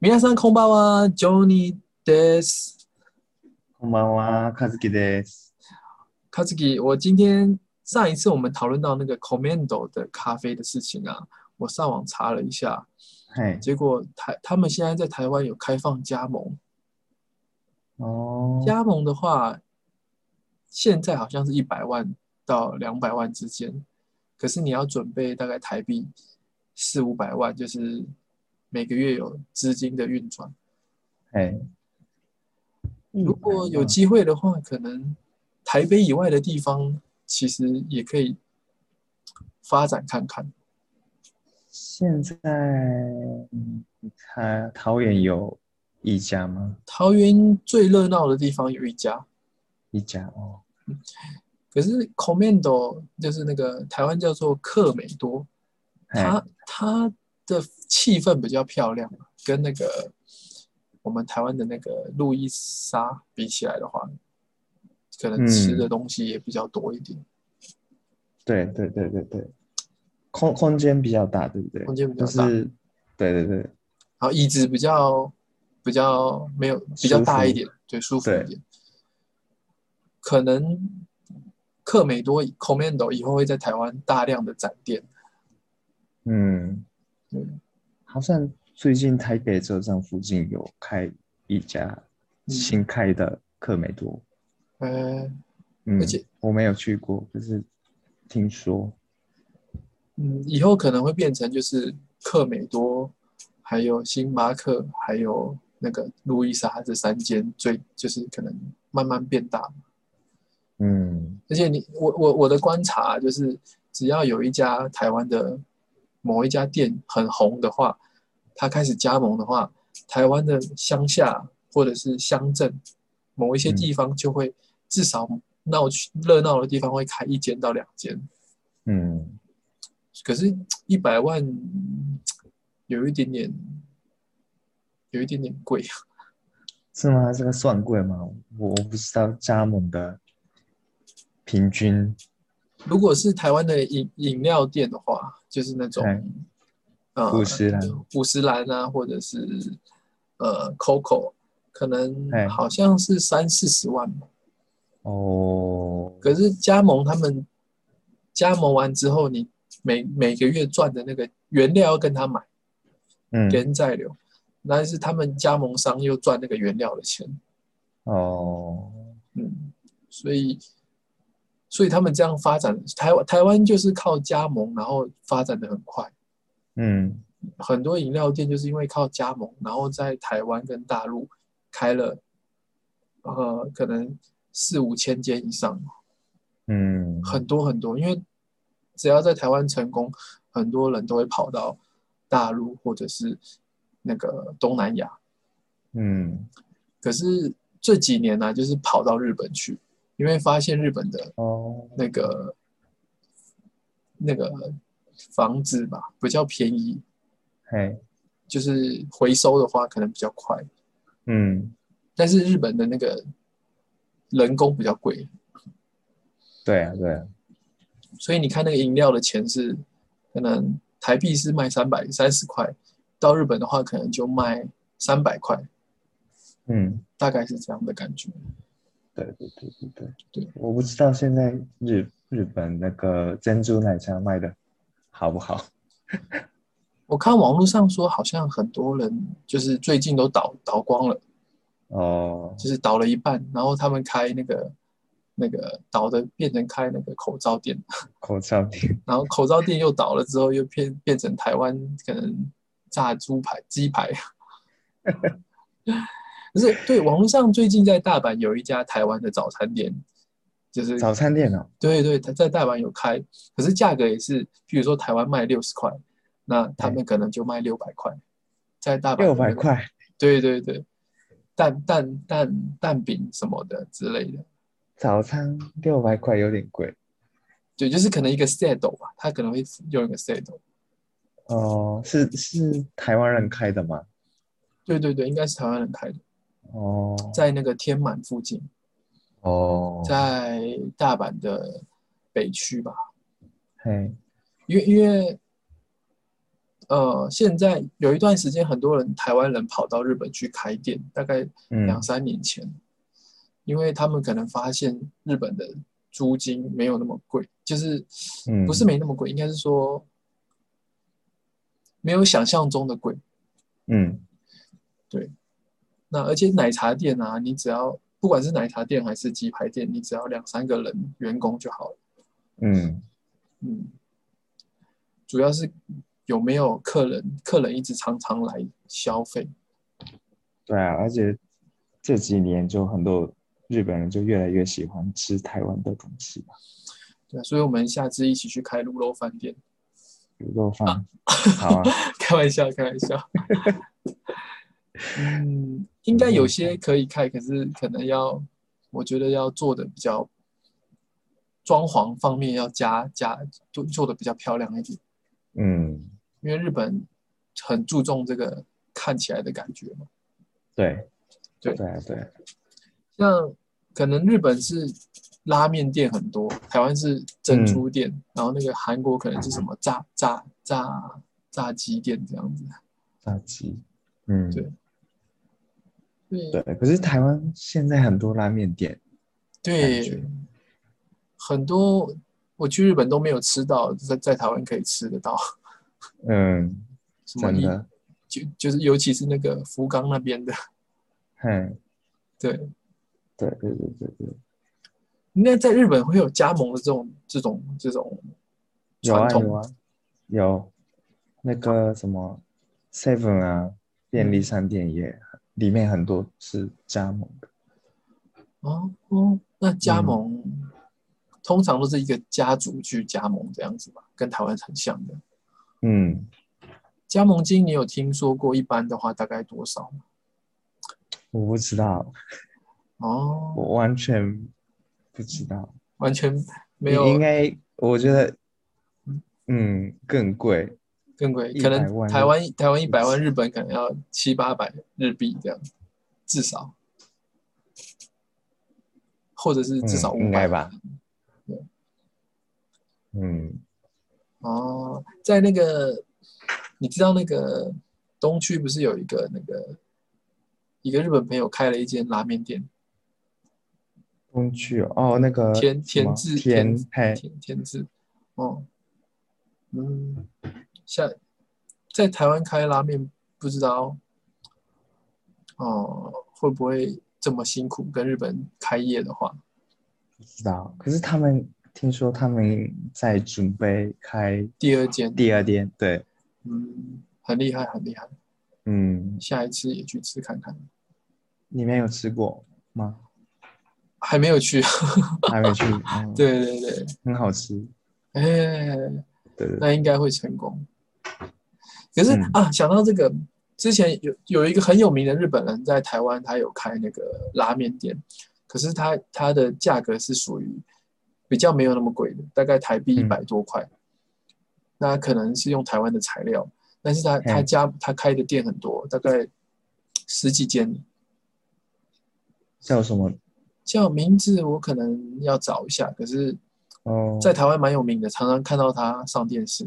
皆さんこんばんは、ジョニーです。こんばんは、和樹です。 Kazuki，我今天上一次我们讨论到那个 Commando 的咖啡的事情啊，我上网查了一下，はい。结果台他们现在在台湾有开放加盟，哦，加盟的话，现在好像是一百万到两百万之间，可是你要准备大概台币四五百万，就是每个月有资金的运转。はい。嗯如哎果有机会的话，可能台北以外的地方其实也可以发展看看。现在嗯他桃园有一家吗？桃园最热闹的地方有一家，一家哦，可是 Commando 就是那个台湾叫做克美多，はい它它的气氛比较漂亮，啊跟那个我们台湾的那个路易莎比起来的话，可能吃嗯的东西也比较多一点，对对对对对，空空间比较大，对不对？空间比较就大，然是，对对对后椅子比较比较没有比较大一点，对，舒服一点。可能克美多 Commando 以后会在台湾大量的展店。嗯对，好像最近台北车站附近有开一家嗯新开的克美多，呃，嗯而且，我没有去过，可是听说，嗯，以后可能会变成就是克美多，还有星巴克，还有那个路易莎这三间最就是可能慢慢变大。嗯而且你我我我的观察啊就是，只要有一家台湾的某一家店很红的话，它开始加盟的话，台湾的乡下或者是乡镇某一些地方就会至少闹区热闹的地方会开一间到两间。嗯。可是，一百万嗯有一点点，有一点点贵啊。是吗？这个算贵吗？我我不知道加盟的平均，如果是台湾的饮饮料店的话，就是那种哎，呃，五十兰五十兰啊，或者是呃 Coco，可能哎好像是三四十万吧。哦，可是加盟他们加盟完之后，你每每个月赚的那个原料要跟他买，嗯，原在流，但是他们加盟商又赚那个原料的钱。哦，嗯，所以，所以他们这样发展，台湾台湾就是靠加盟，然后发展的很快。嗯，很多饮料店就是因为靠加盟，然后在台湾跟大陆开了，呃，可能四五千间以上，嗯，很多很多。因为只要在台湾成功，很多人都会跑到大陆或者是那个东南亚。嗯，可是这几年呢、就是跑到日本去，因为发现日本的哦，那个那个房子吧，比较便宜，嘿，就是回收的话可能比较快，嗯，但是日本的那个人工比较贵，对啊，对啊，所以你看那个饮料的钱是可能台币是卖三百三十块，到日本的话可能就卖三百块，嗯，大概是这样的感觉。对对对对对对，我不知道现在日日本那个珍珠奶茶卖的好不好？我看网络上说，好像很多人就是最近都倒倒光了。哦，就是倒了一半，然后他们开那个那个倒的变成开那个口罩店，口罩店，然后口罩店又倒了之后又变变成台湾可能炸猪排、鸡排。 不是，对，网络上最近在大阪有一家台湾的早餐店，就是早餐店哦，对对，他在大阪有开，可是价格也是，比如说台湾卖六十块，那他们可能就卖六百块，在大阪六有那百个块，对对对，蛋蛋蛋蛋饼什么的之类的，早餐六百块有点贵。对，就是可能一个 set 吧，它可能会用一个 set。哦，是是台湾人开的吗？对对对，应该是台湾人开的，哦，在那个天满附近，哦，在大阪的北区吧，嘿，因为因为呃，现在有一段时间，很多人台湾人跑到日本去开店，大概嗯两三年前，因为他们可能发现日本的租金没有那么贵，就是嗯不是没那么贵，应该是说没有想象中的贵。嗯那而且奶茶店啊，你只要不管是奶茶店还是鸡排店，你只要两三个人员工就好了。嗯嗯，主要是有没有客人，客人一直常常来消费。对啊，而且这几年就很多日本人就越来越喜欢吃台湾的东西吧，对，啊所以我们下次一起去开卤肉饭店。 比如肉饭，好啊，开玩笑，开玩笑。嗯，应该有些可以开，可是可能要，我觉得要做的比较，装潢方面要加加，做做的比较漂亮一点，嗯，因为日本很注重这个看起来的感觉嘛。对，对对啊对啊，像可能日本是拉面店很多，台湾是珍珠店，然后那个韩国可能是什么炸炸炸炸鸡店这样子。炸鸡，嗯，对对对，可是台湾现在很多拉面店，感对觉，很多我去日本都没有吃到，在在台湾可以吃得到，嗯，什么真一的，就就是尤其是那个福冈那边的， 哼，对，对对对对对，那在日本会有加盟的这种这种这种有传啊统有啊，有那个什么 Seven 啊，便嗯利商店也里面很多是加盟的，啊哦哦，那加嗯盟、通常都是一个家族去加盟这样子嘛，跟台湾很像的。嗯，加盟金你有听说过？一般的话大概多少吗？我不知道，哦，我完全不知道，完全没有应该我觉得，嗯，更贵，更贵， 100可能万台湾台湾一百万，日本可能要七八百日币这样，至少，或者是嗯至少五应百、该吧对，嗯，哦，在那个，你知道那个东区不是有一个那个一个日本朋友开了一间拉面店，东区哦哦，那个田什么田字田嘿，天天字，哦，嗯，下在台湾开拉面，不知道哦、会不会这么辛苦？跟日本开业的话，不知道，可是他们听说他们在准备开第二间，第二店，对，嗯，很厉害，很厉害，嗯，下一次也去吃看看。你没有吃过吗？ 还没有去，啊还没去，嗯，，对对对，很好吃，哎、对对，对那应该会成功。可是、嗯啊，想到这个，之前有有一个很有名的日本人在台湾，他有开那个拉面店，可是他他的价格是属于比较没有那么贵的，大概台币一嗯百多块。那可能是用台湾的材料，但是他他嗯家他开的店很多，大概十几间，叫什么？叫名字我可能要找一下。可是，哦，在台湾蛮有名的，常常看到他上电视。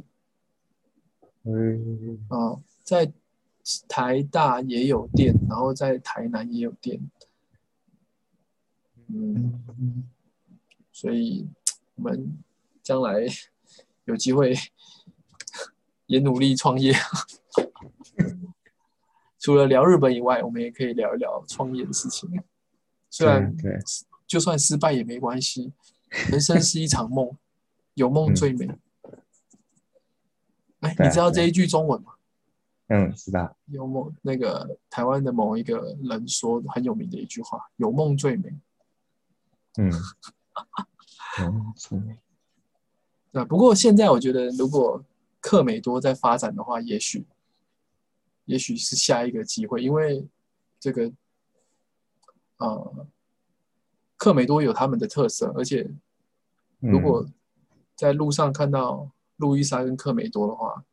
嗯哦，在台大也有店，然后在台南也有店，嗯，所以我们将来有机会也努力创业。除了聊日本以外，我们也可以聊一聊创业的事情。虽然对对，就算失败也没关系，人生是一场梦，有梦最美。哎，嗯对你啊知道这对一句中文吗？嗯，知道，有某那个台湾的某一个人说很有名的一句话：“有梦最美。 嗯，嗯，聪明”对，不过现在我觉得，如果克美多在发展的话，也许，也许是下一个机会，因为这个，呃，克美多有他们的特色，而且嗯如果在路上看到路易莎跟克美多的话，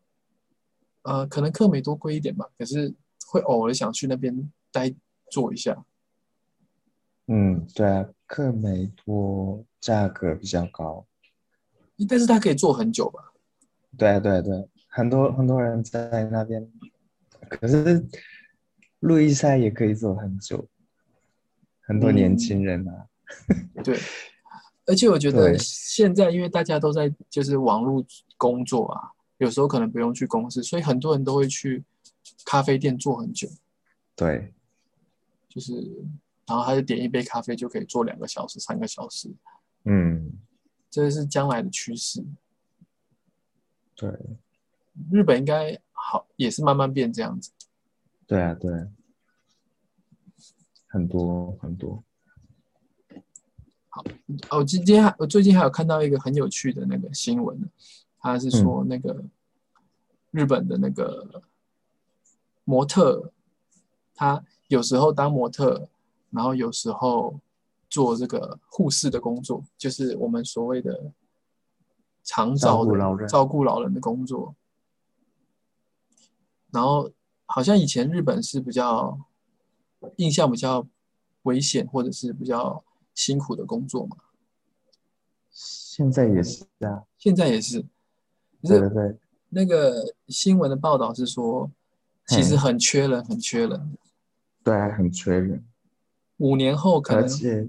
呃，可能克美多贵一点吧，可是会偶尔想去那边待坐一下。嗯，嗯，对啊，克美多价格比较高，但是它可以坐很久吧？对啊对啊对啊，很多很多人在那边，可是路易莎也可以走很久，很多嗯年轻人啊，对，而且我觉得对现在因为大家都在就是网络工作啊，有时候可能不用去公司，所以很多人都会去咖啡店坐很久，对就是然后他就点一杯咖啡就可以坐两个小时、三个小时，嗯，这是将来的趋势。对，日本应该好也是慢慢变这样子。对啊，对啊，很多很多，哦，我今天还我最近还有看到一个很有趣的那个新闻呢，他嗯是说那个日本的那个模特，他有时候当模特，然后有时候做这个护士的工作，就是我们所谓的长照照顾的老人照顾老人的工作。然后好像以前日本是比较印象比较危险或者是比较辛苦的工作嘛，现在也是啊，现在也是。可对对是对，那个新闻的报道是说，其实很缺人，很缺人。对啊，很缺人，五年后可而能且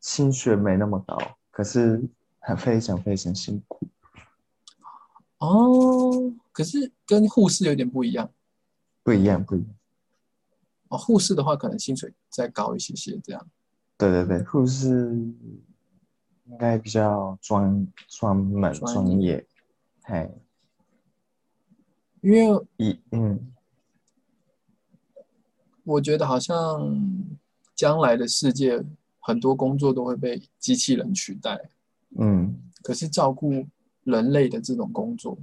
薪水没那么高，可是很非常非常辛苦，哦，可是跟护士有点不一样不一样不一样，哦。护士的话，可能薪水再高一些些这样。对对对，护士应该比较专专门专专业业，嘿，因为一嗯我觉得好像将来的世界，很多工作都会被机器人取代。嗯可是照顾人类的这种工作，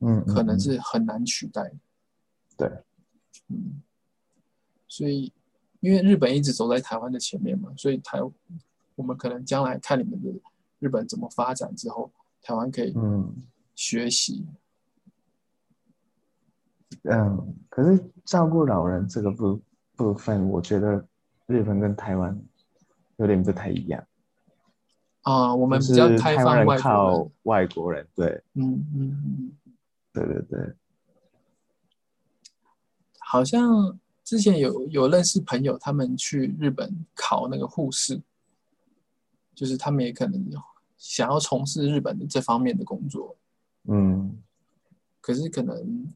嗯，可能嗯是很难取代的。对，嗯，所以因为日本一直走在台湾的前面嘛，所以台我们可能将来看你们的日本怎么发展之后，台湾可以嗯。学习。嗯，可是照顾老人这个部部分，我觉得日本跟台湾有点不太一样，啊、我就们比是较开台放湾人外国人靠，外国人，对，嗯嗯嗯，对对对，好像之前有有认识朋友，他们去日本考那个护士，就是他们也可能想要从事日本的这方面的工作，嗯可是可能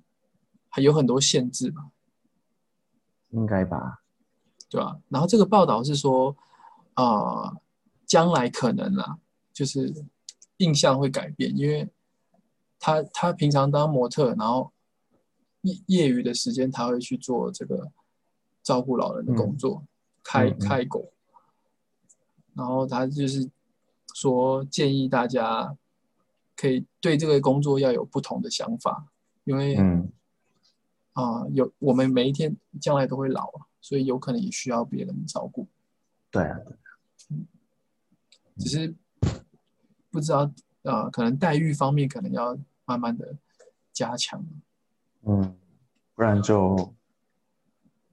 还有很多限制吧。应该吧，对吧、然后这个报道是说，呃，将来可能啦，就是印象会改变，因为他他平常当模特，然后业业余的时间他会去做这个照顾老人的工作，开嗯嗯开狗，然后他就是说建议大家可以对这个工作要有不同的想法，因为嗯啊、有我们每一天将来都会老啊，所以有可能也需要别人照顾，对啊，只是不知道呃，可能待遇方面可能要慢慢的加强。啊嗯，不然就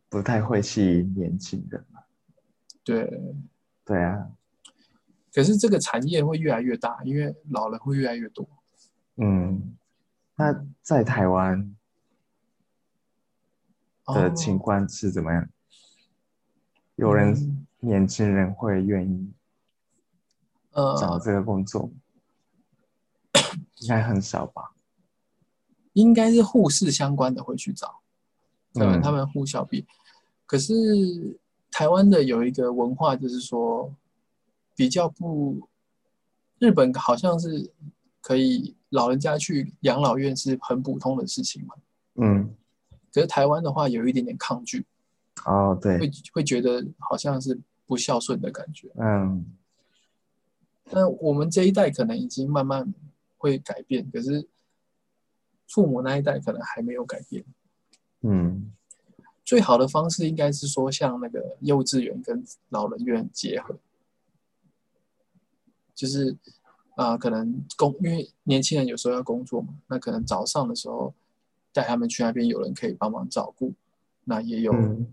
不太会吸引年轻人嘛，对，对啊，可是这个产业会越来越大，因为老人会越来越多。嗯，那在台湾哦的情况是怎么样？有人嗯年轻人会愿意哦、找呃，这个工作，应该很少吧？应该是护士相关的会去找，可能嗯他们护小比。可是台湾的有一个文化，就是说比较不，日本好像是可以老人家去养老院是很普通的事情嘛。嗯，可是台湾的话有一点点抗拒，哦，对会，会觉得好像是不孝顺的感觉。嗯，但我们这一代可能已经慢慢会改变，可是父母那一代可能还没有改变。嗯，最好的方式应该是说，像那个幼稚园跟老人院结合，就是呃，可能工因为年轻人有时候要工作嘛，那可能早上的时候带他们去那边，有人可以帮忙照顾，那也有、嗯，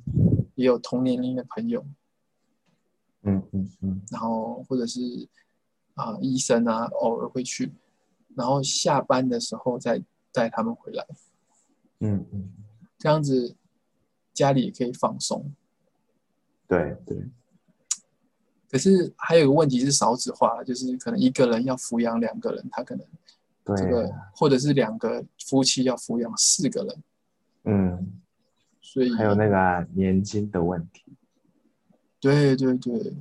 也有同年龄的朋友，嗯，嗯，嗯，然后或者是啊、呃医生啊，偶尔会去，然后下班的时候再带他们回来，嗯嗯，这样子家里也可以放松。对对，可是还有一个问题是少子化，就是可能一个人要抚养两个人，他可能对啊这个或者是两个夫妻要抚养四个人，嗯，所以还有那个啊、年金的问题，对对对，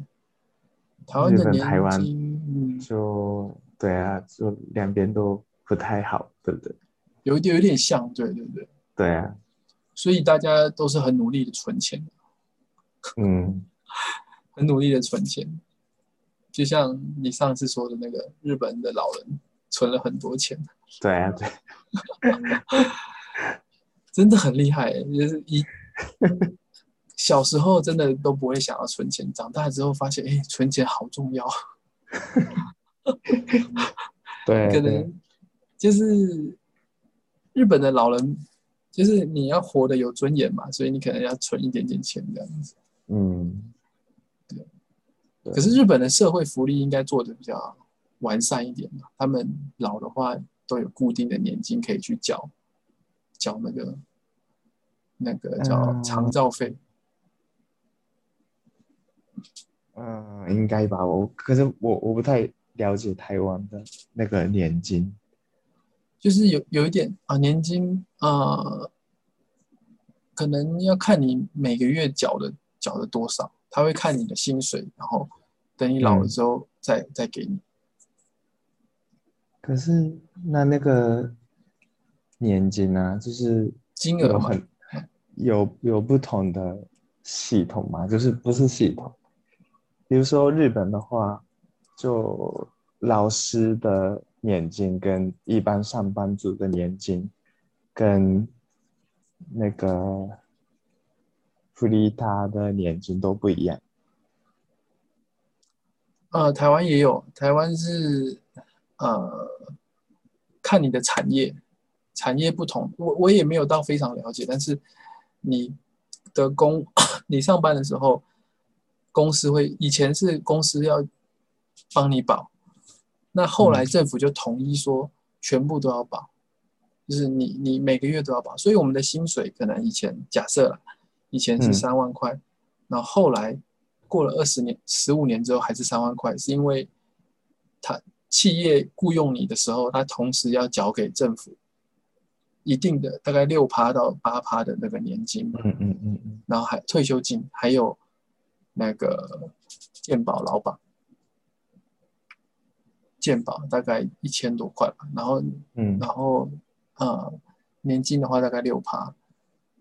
台湾日的本年台湾金嗯就对啊，就两边都不太好，对不对？有一点有点像，对对对，对啊，所以大家都是很努力的存钱，嗯，很努力的存钱，就像你上次说的那个日本的老人存了很多钱，对啊，对，真的很厉害、就是一小时候真的都不会想要存钱，长大之后发现，哎、存钱好重要，对啊可对啊能就是日本的老人，就是你要活得有尊严嘛，所以你可能要存一点点钱这样子。嗯，对可是日本的社会福利应该做的比较完善一点嘛，啊他们老的话都有固定的年金可以去缴，缴那个那个叫嗯长照费。嗯，应该吧。我可是我我不太了解台湾的那个年金，就是有有一点啊，年金呃，可能要看你每个月缴的缴的多少，他会看你的薪水，然后等你老了嗯之后再、再给你。可是那那个年金呢、就是金额有嘛很有有不同的系统嘛，就是不是系统。比如说日本的话，就老师的年金跟一般上班族的年金，跟那个弗利达的年金都不一样。呃，台湾也有，台湾是呃，看你的产业，产业不同，我我也没有到非常了解，但是你的公， 你上班的时候，公司会以前是公司要帮你保，那后来嗯政府就统一说全部都要保，就是你你每个月都要保，所以我们的薪水可能以前假设了，以前是嗯三万块，然后后来过了二十年、十五年之后还是三万块，是因为他企业雇佣你的时候，他同时要缴给政府一定的大概六趴到八趴的那个年金，嗯嗯嗯嗯，然后还退休金，还有那个健保劳保。健保大概一千多块吧，然后嗯，然后呃，年金的话大概六趴，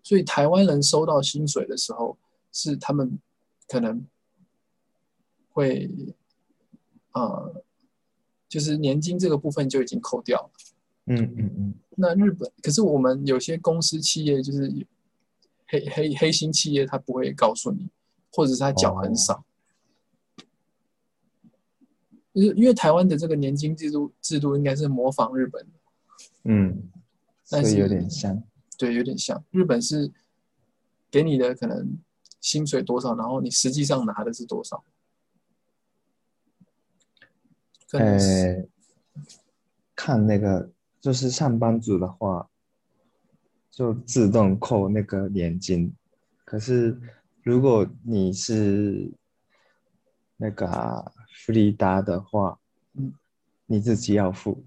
所以台湾人收到薪水的时候，是他们可能会呃，就是年金这个部分就已经扣掉了。嗯嗯嗯，那日本可是我们有些公司企业就是黑黑黑心企业，他不会告诉你，或者是他缴很少。就是因为台湾的这个年金制度制度应该是模仿日本的，嗯，但所以有是点像，对，有点像。日本是给你的可能薪水多少，然后你实际上拿的是多少，可能是、呃，看那个就是上班族的话，就自动扣那个年金。可是如果你是那个啊弗利达的话，嗯，你自己要付。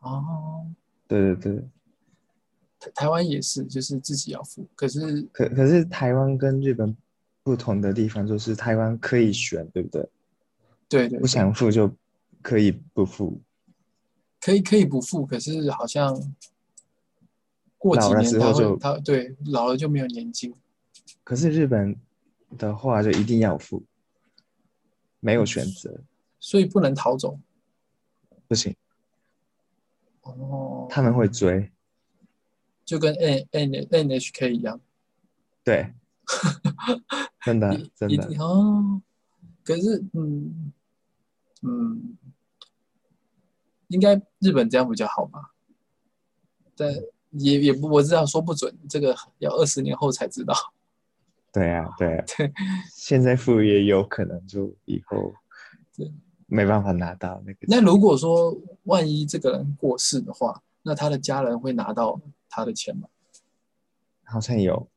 呃哦，对对对，台台湾也是，就是自己要付。可是可可是台湾跟日本不同的地方就是台湾可以选，对不对？对对不对，想付就可以不付，可以可以不付，可是好像过几老了年之他后会就他对老了就没有年金，可是日本的话就一定要付，没有选择，所以不能逃走。不行，哦，他们会追。就跟 N N N H K 一样。 对，真的一真一的定，哦。可是，嗯嗯，应该日本这样比较好吧？但也也不我知道说不准，这个要二十年后才知道。对啊 对啊，现在付也有可能就以后对没办法拿到那个 那钱。如果说万一这个人过世的话，那他的家人会拿到他的钱吗？好像有，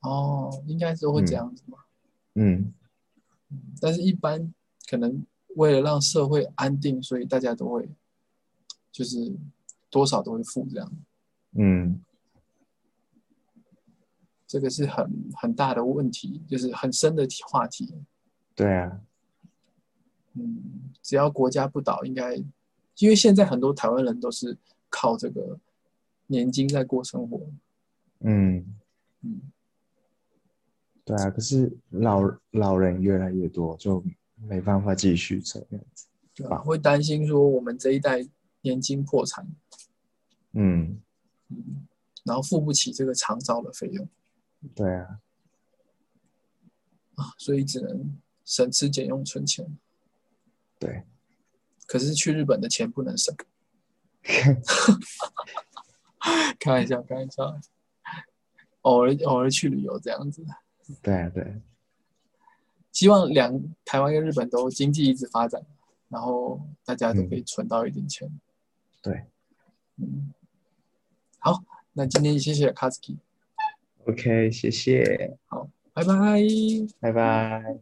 哦，应该是会这样子嘛。嗯，但是，一般可能为了让社会安定，所以大家都会，就是多少都会付这样。嗯，这个是很很大的问题，就是很深的话题。对啊，嗯，只要国家不倒，应该，因为现在很多台湾人都是靠这个年金在过生活。嗯，嗯，对啊。可是老老人越来越多，就没办法继续这样子。对吧吧？会担心说我们这一代年金破产，嗯，嗯，然后付不起这个长照的费用对啊，啊，所以只能省吃俭用存钱。对，可是去日本的钱不能 省。开玩笑，开玩笑，偶尔偶尔去旅游这样子，对啊，对啊，希望两台湾跟日本都经济一直发展，然后大家都可以存到一点钱。对。嗯，好，那今天谢谢 Kazuki， OK，谢谢，拜拜。拜拜。